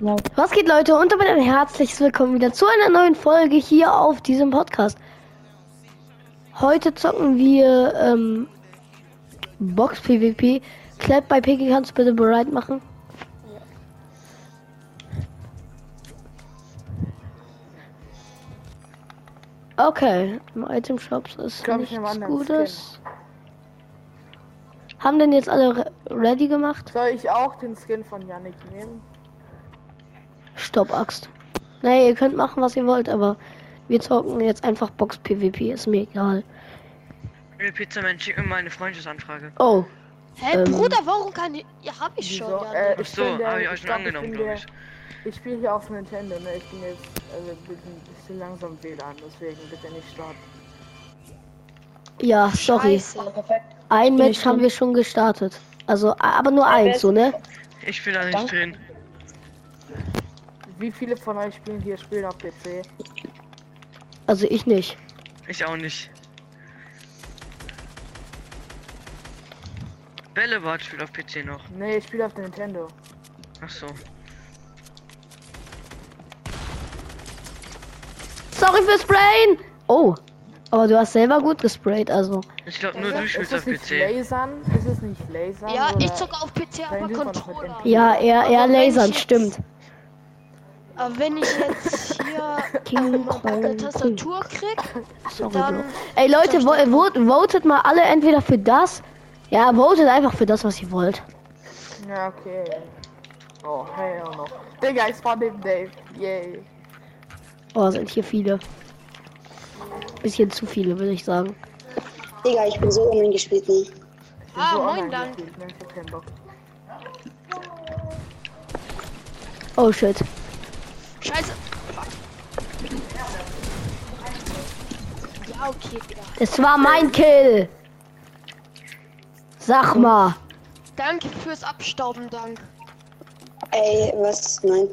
Ja. Was geht, Leute? Und damit ein herzliches Willkommen wieder zu einer neuen Folge hier auf diesem Podcast. Heute zocken wir ähm, Box PvP. Clap bei Piggy, kannst du bitte bereit machen? Okay, im Item Shops ist Glaub, ich nehme nichts anderen Gutes. Haben denn jetzt alle re- ready gemacht? Soll ich auch den Skin von Yannick nehmen? Stopp, Axt. Naja, ihr könnt machen, was ihr wollt, aber wir zocken jetzt einfach Box PvP, ist mir egal. Eine Pizza Man, schick mir mal eine Freundschaftsanfrage. Oh, Hä, Ähm. Bruder, warum kann ich. Ja, hab ich schon. Wieso? ja, Äh, ne. Ach so, bin der- habe ich euch schon glaub, angenommen, bin glaube der- ich. Ich spiele hier auf Nintendo, ne? Ich bin jetzt also, ein bisschen, bisschen langsam WLAN, deswegen bitte nicht starten. ja, sorry. Scheiße. Ein Match haben wir schon gestartet. Also, a- aber nur eins, so, ne? Ich will da nicht drin. Wie viele von euch spielen hier Spielen auf PC? Also ich nicht. Ich auch nicht. Bällebad spielt auf PC noch. Ne, ich spiele auf der Nintendo. Ach so. Sorry fürs Sprayen! Oh, aber du hast selber gut gesprayt, also. Ich glaube nur du Ist spielst es auf nicht PC. Lasern? Ist es nicht Lasern? Ja, oder- äh, ich zocke auf PC, Nein, aber die ist auch noch mit Controller. MP. Ja, er, er Aber wenn ich lasern, jetzt- stimmt. Aber wenn ich jetzt hier King ähm, eine Kong Tastatur krieg, Sorry, Bro. dann. Ey Leute, wo, wo, votet mal alle entweder für das. Ja, votet einfach für das, was ihr wollt. Ja, okay. Oh, hell no. Digga, ich spawn den Dave. Yay. Oh, sind hier viele. Bisschen zu viele, würde ich sagen. Digga, ich bin so unangespielt. Ne? Ich bin Ah, so moin, online Dank. gespielt, ne? Ich hab keinen Bock. Oh shit. Scheiße. Ja, okay, Digga. Es war mein Kill. Sag mal. Danke fürs Abstauben, dank. Ey, was? Nein.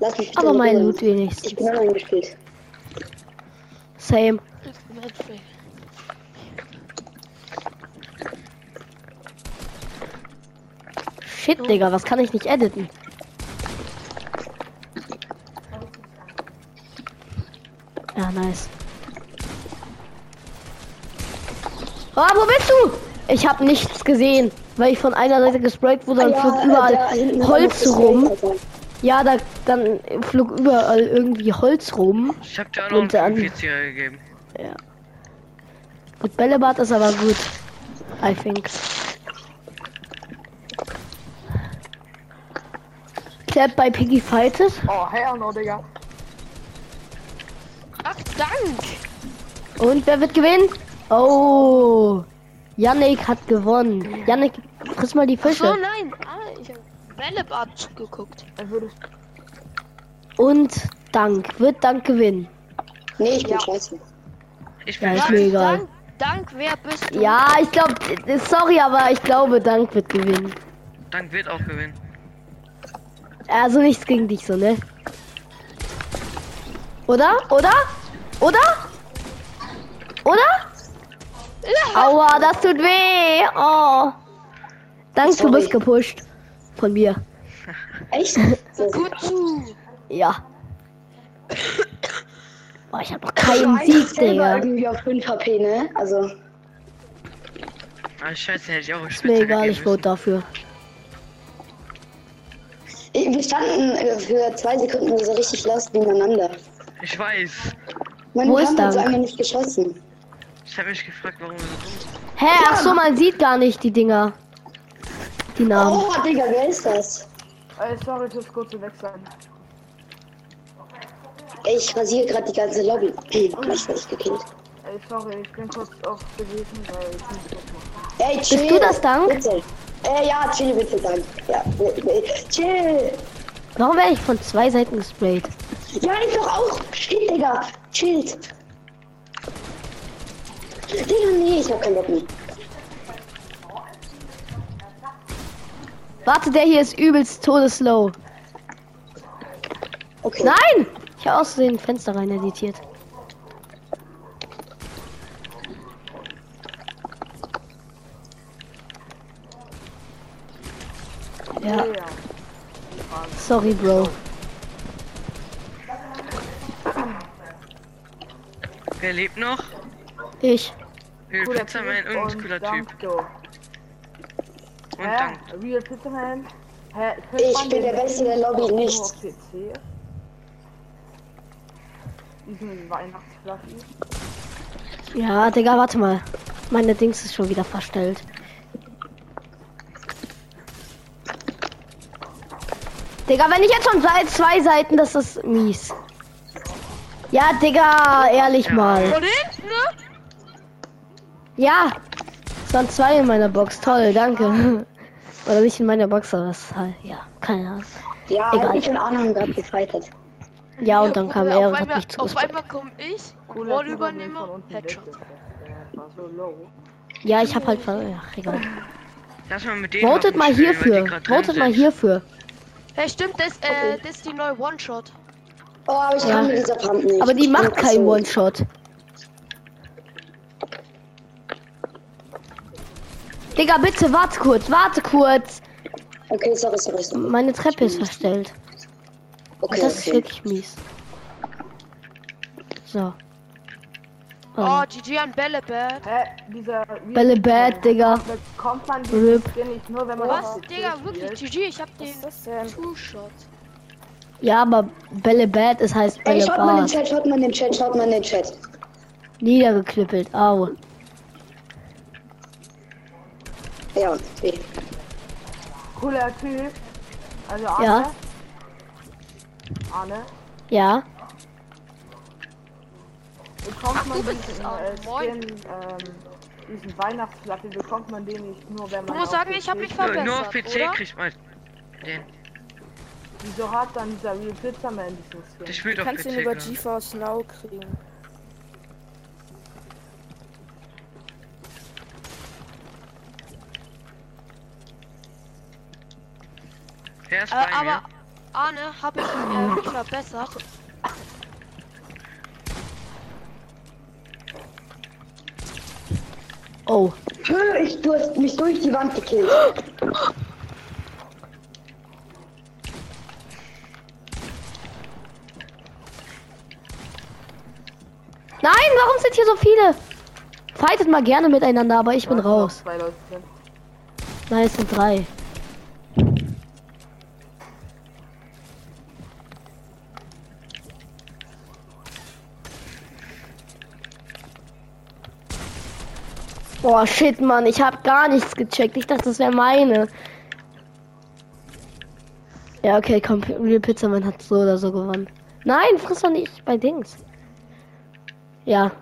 Lass mich bitte Aber in mein Ruhe. Loot wenigstens. Ich bin unangespielt. Same. Shit, Digga, was kann ich nicht editen? Ja, nice. Ah, wo bist du? Ich habe nichts gesehen, weil ich von einer Seite gesprayt wurde und Ah flog äh, überall Holz rum. Ja, da dann flog überall irgendwie Holz rum. Ich hab dir auch Und noch einen dann- 40 gegeben. Gut, Bällebad ist aber gut. I think. Clap bei Piggy Fighted. Oh, hell no, Digga. Ach, dank. Und wer wird gewinnen? Oh. Yannick hat gewonnen. Yannick, friss mal die Ach so, Fische. nein. Ah, ich hab Bällebad zugeguckt. Dann würdest Und Dank. Wird Dank gewinnen. Nee, ich bin Ja. scheiße. Ich Ja, bin ist Dank, mir scheiße. egal. dank, dank, wer bist du? Ja, ich glaube, sorry, aber ich glaube, Dank wird gewinnen. Dank wird auch gewinnen. Also nichts gegen dich so, ne? Oder? Oder? Oder? Oder? Aua, das tut weh. Oh. Danke, du Sorry. bist gepusht. Von mir. Echt? Gut zu. Ja. Boah, ich hab noch keinen Sieg, selber Digga. irgendwie auf 5 HP, ne? Also, Ah, scheiße, hätte ich auch einen Ist mir Spitzer egal, ich gegeben vote dafür. ich- wir standen äh, für zwei Sekunden so richtig los nebeneinander. müssen. Ich weiß. Mein Wo Mann ist hat so Dank? einmal nicht geschossen. Ich habe mich gefragt, warum wir so dumm sind. Hä, ach so, man sieht gar nicht die Dinger. Die Namen. Oh, Digga, wer ist das? du. Ey, äh, sorry fürs kurze Wechseln. Ey, Ich rasiere gerade die ganze Lobby. Vielleicht werde ich gekillt. Ey, sorry, ich bin kurz auf gewesen, weil ich nicht kurz machen. Ey, chill. du das, Dank? Bitte. Äh, ja, chill bitte, Dank. Ja, nee, nee. chill. Warum werde ich von zwei Seiten gesprayt? Ja, ich doch auch. Steht, Digga. Chillt. Digga, nee, ich hab keinen Bock mehr. Warte, der hier ist übelst todeslow. Okay. Nein! Ich habe aus Versehen ein Fenster rein editiert. Ja, Ja. Die Frage. Sorry, Bro. Wer lebt noch? Ich. Real Pizzaman Typ und cooler Typ. Danko. Und Hä? dann. Real Pizzaman? Hä? trifft Ich man den bin der Beste der Lobby, auch nur nichts. auf PC? Diesen Weihnachtsflaschen? Ja, Digga, warte mal. Meine Dings ist schon wieder verstellt. Digga, wenn ich jetzt schon seit zwei Seiten, das ist mies. Ja, Digga, ehrlich mal. Von hinten, ne? Ja. Es waren zwei in meiner Box. Toll, danke. Oder nicht in meiner Box, aber es ist halt, ja, keine Ahnung. Ja, Egal. ich und Arne haben gerade gefightet. Ja, und dann kam Auf er und hat einmal- mich Auf zugesperrt. einmal komme ich, Cooler Wall Typ hat den von übernehme, unten Headshot. weggefressen. Der war so low. Ja, ich hab halt ver... Ach, egal. Lass mal mit denen. Votet Waffen mal spielen, weil die hierfür. grad drin Votet mal sind. hierfür. Hey, stimmt, das, äh, das ist die neue One-Shot. Oh, aber ich Ja. kann mit dieser Brand nicht. Aber die Ich macht bin keinen so- One-Shot. Digga, bitte, warte kurz, warte kurz. Okay, sorry, sorry, sorry. Meine Treppe ist verstellt. Und Okay, das ist okay. wirklich mies. So. Oh, Oh. GG an Bällebad. Hä? Dieser Real Bälle bad, Pizzaman. Digga. Bekommt man diesen Rip. Skin nicht nur, wenn man Was? auf PC Digga, spielt? wirklich, GG, ich hab Oh, den Was ist das denn? Two-Shot. Äh, Ja, aber Bälle bad, es heißt Ey, Bälle schaut mal in den bad. Chat, schaut mal in den Chat, schaut mal in den Chat. Niedergeknüppelt, au. Ja, okay. Cooler Typ. Also Arne. Ja. Arne. Ja, Bekommt man du bist diesen, es auch. äh, Moin. Skin, ähm, diesen Weihnachtsflacke, bekommt man den nicht nur, wenn man Du musst auf sagen, ich hab PC mich spielt? Nur, nur auf verbessert, PC oder? kriegt man den. Wieso hat dann dieser Real Pizzaman diesen Skin? Der spielt ne? Du auf kannst PC. ihn über glaub ich. GeForce Now kriegen. Der ist Äh, bei aber mir. Arne, hab ich äh, mich verbessert. oh. Tschö, ich, du hast mich durch die Wand gekillt. Nein, warum sind hier so viele? Fightet mal gerne miteinander, aber ich bin Da sind noch raus. Zwei Leute drin. Nein, es sind drei. Boah, shit, Mann, ich hab gar nichts gecheckt. Ich dachte, das wäre meine. Ja, okay, komm, Real Pizzaman hat so oder so gewonnen. Nein, friss doch nicht bei Dings. Ja,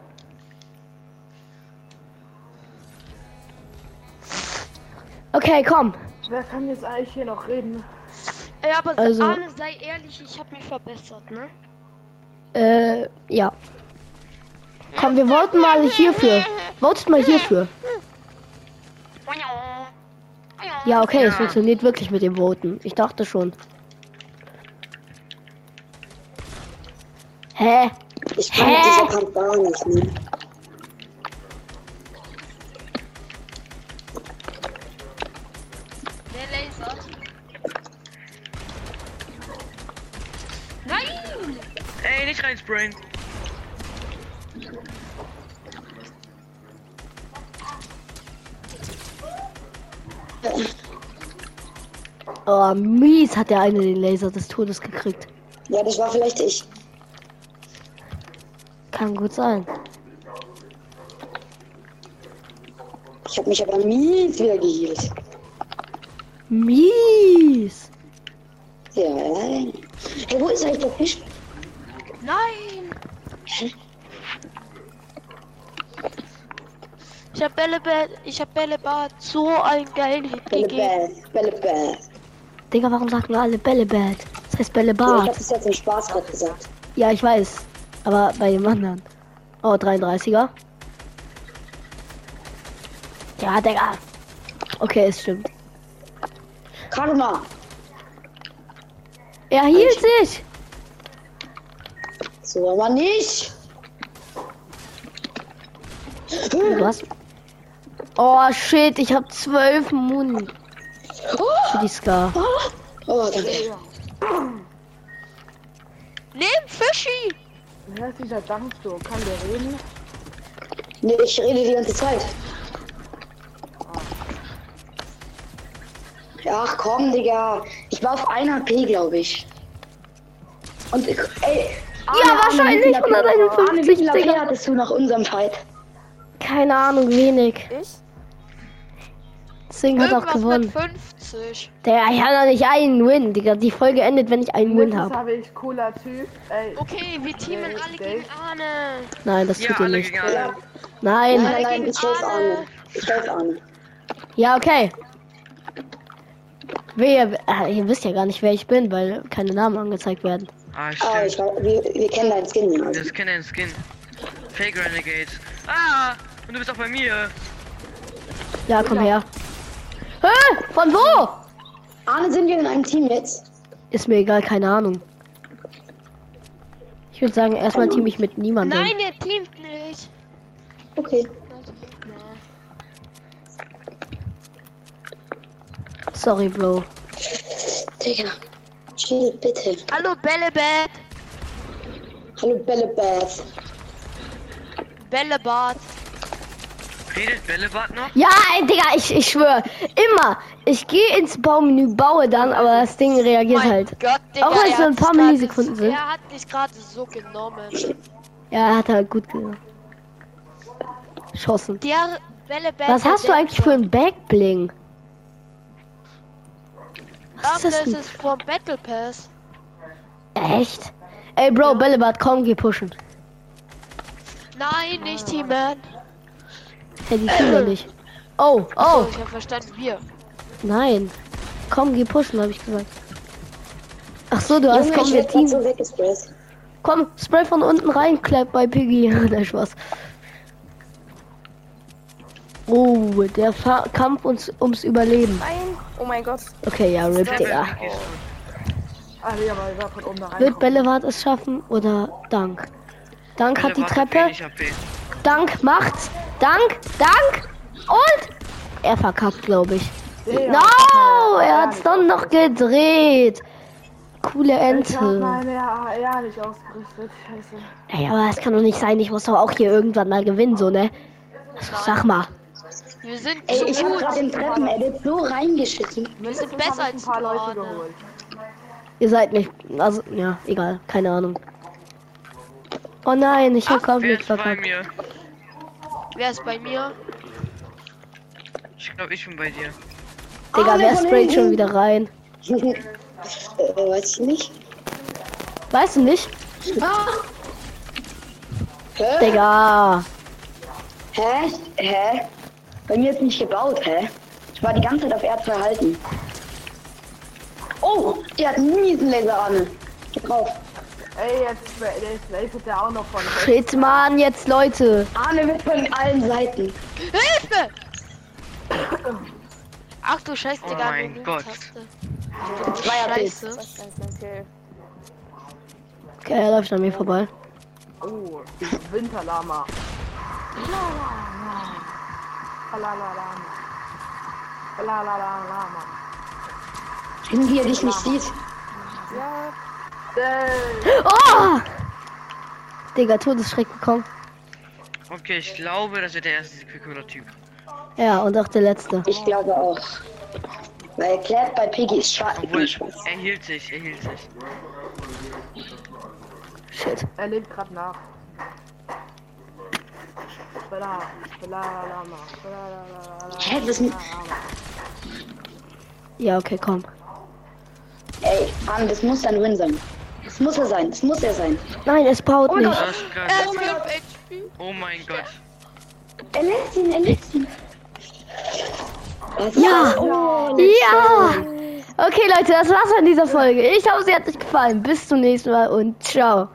okay, komm. Wer kann jetzt eigentlich hier noch reden? Ey, aber Also- Arne, sei ehrlich, ich hab mich verbessert, ne? Äh, ja. Komm, wir voten mal hierfür. Votet mal hierfür. Ja, okay, es Ja. funktioniert wirklich mit dem Voten. Ich dachte schon. Hä? Ich kann mit Hä? dieser Brand gar nicht. Ne? Der Laser. Nein! Ey, nicht reinsprayen. Oh, mies hat der eine den Laser des Todes gekriegt. Ja, das war vielleicht ich. Kann gut sein. Ich habe mich aber mies wieder gehielt. Mies! Ja, ja, ja. Hey, wo ist eigentlich der Fisch? Nein! Ich hab Bällebad, ich hab Bällebad so einen geilen Hit Bälle, gegeben. Bälle, Bälle, Bälle. Digga, warum sagen wir alle Bälle bad? Das heißt Bälle Ja, ich bad. habe das jetzt im Spaß gerade gesagt. Ja, ich weiß. Aber bei dem anderen. Oh, 33er. Ja, Digga. Okay, es stimmt. Karma. Er hielt sich. So aber nicht. Du hast... Oh, shit. Ich hab zwölf Muni. Für die Scar. Oh, danke. Nehm Fischi! Wer ist dieser Dampfdo? Kann der reden? Nee, ich rede die ganze Zeit. Ach komm, Digga. Ich war auf 1 HP, glaube ich. Und ich, ey. Arne, Arne, wahrscheinlich wie viel 151, HP- Arne, wie viel HP Digga. hattest du nach unserem Fight? Keine Ahnung, wenig. Ich? Deswegen hat er auch Irgendwas mit gewonnen. 50. Der ich habe noch nicht einen Win, Digga. Die Folge endet, wenn ich einen Win Mindestens habe. habe ich cooler Typ. Ey, Okay, wir teamen Nee, alle Dave. gegen Arne. Nein, das Ja, tut ihr alle nicht. gegen alle. Nein. Nein, nein, nein, gegen ich helfe Arne. Arne. Ich helfe Arne. Ja, okay. Wer, äh, ihr wisst ja gar nicht, wer ich bin, weil keine Namen angezeigt werden. Ah, Ah, ich, stimmt. weiß- wir, wir kennen deinen Skin. Also. Das kennt den Skin. Fake Renegade. Ah! Und du bist auch bei mir. Ja, komm her. Hä? Von wo? Arne, sind wir in einem Team jetzt? Ist mir egal, keine Ahnung. Ich würde sagen, erstmal team ich mit niemandem. Nein, er teamt nicht. Okay. Sorry, Bro. Digga. Chill, bitte. Hallo Bällebad. Hallo, Bellebath. Bällebad. Redet Bällebad noch? Ja, ey, Digga, ich, ich schwöre. Immer. Ich gehe ins Baumenü, baue dann, aber das Ding reagiert Mein halt. Gott, Digga, Auch wenn es er nur ein hat paar dich grade Millisekunden so- sind. Er hat dich gerade so genommen. Ja, hat halt gut gemacht. Schossen. Der Bällebad. Was hast du halt eigentlich für ein Backbling? Was ist das Das denn? ist vom Battle Pass. Echt? Ey, Bro, Bällebad, komm, geh pushen. Nein, nicht teamen. Hey, die Kinder nicht. Oh, oh, Oh, ich hab verstanden, wir. nein. Komm, geh pushen, habe ich gesagt. Ach so, du hast Junge, komm, ich wir werd grad Team. so weggesprayt. Komm, Spray von unten rein, klappt bei Piggy. Nein, Spaß. Oh, der Fa Kampf uns ums Überleben. Nein. Oh mein Gott. Okay, ja, RIP, Digga. ah, Digga, weil wir von oben da rein. Wird Bällewart es schaffen oder Dank? Dank hat die Treppe. Ich hab B. Dank macht's. Dank, Dank und er verkackt, glaube ich. No, er hat's dann noch gedreht. Coole Ich hab Ente. meine AR nicht ausgerüstet. Scheiße. Ey, aber das kann doch nicht sein. Ich muss doch auch hier irgendwann mal gewinnen, so ne? Sag mal. Wir sind Ey, ich so hab gut. grad den Treppen-Edit so reingeschissen. Wir sind besser ein als paar du, Leute Arne. geholt. Ihr seid nicht. Also, ja, egal. Keine Ahnung. Oh nein, ich hab Wer komplett ist bei verkackt. mir? Wer ist bei mir? Ich glaube, ich bin bei dir. Digga, Arne wer von sprayt schon hinten. wieder rein? äh, weiß ich nicht. Weißt du nicht? Hä? Digga. Hä? Hä? Bei mir ist nicht gebaut, hä? Ich war die ganze Zeit auf Erd verhalten. Oh, der hat einen miesen Laser an. Geh drauf. Ey, jetzt der ist Laser der auch noch von. Shit, Mann, jetzt Leute. Arne wird von allen Seiten. Hilfe! Ach du Scheiß, Oh Digga. mein nur Gott. Taste. Zwei HP. Scheiße. Das ist ein Kill. Okay, er läuft an mir vorbei. Oh, Winterlama. Lalalama. Lalalama. Wenn die er dich nicht sieht. Ja, Ey, Oh! Digga, Todesschrecken, komm. Okay, ich glaube, das wird der erste Quickler Typ. Ja, und auch der letzte. Ich glaube auch. Weil Clap bei Piggy ist schwarz. Obwohl, er hielt sich, er hielt sich. Shit. Er lebt grad nach. Bla, Lalalama. Lalalama. Hä, was mit. Ja, okay, komm. Ey, Arne, das muss dein Win sein. Das muss er sein, das muss er sein. Nein, es baut nicht. Das ist Er krass. hat 5 HP. Oh mein Gott. Er lässt ihn, er lässt ihn. Was Ja. Oh, Ja! Okay, Leute, das war's an dieser Folge. Ich hoffe, sie hat euch gefallen. Bis zum nächsten Mal und ciao.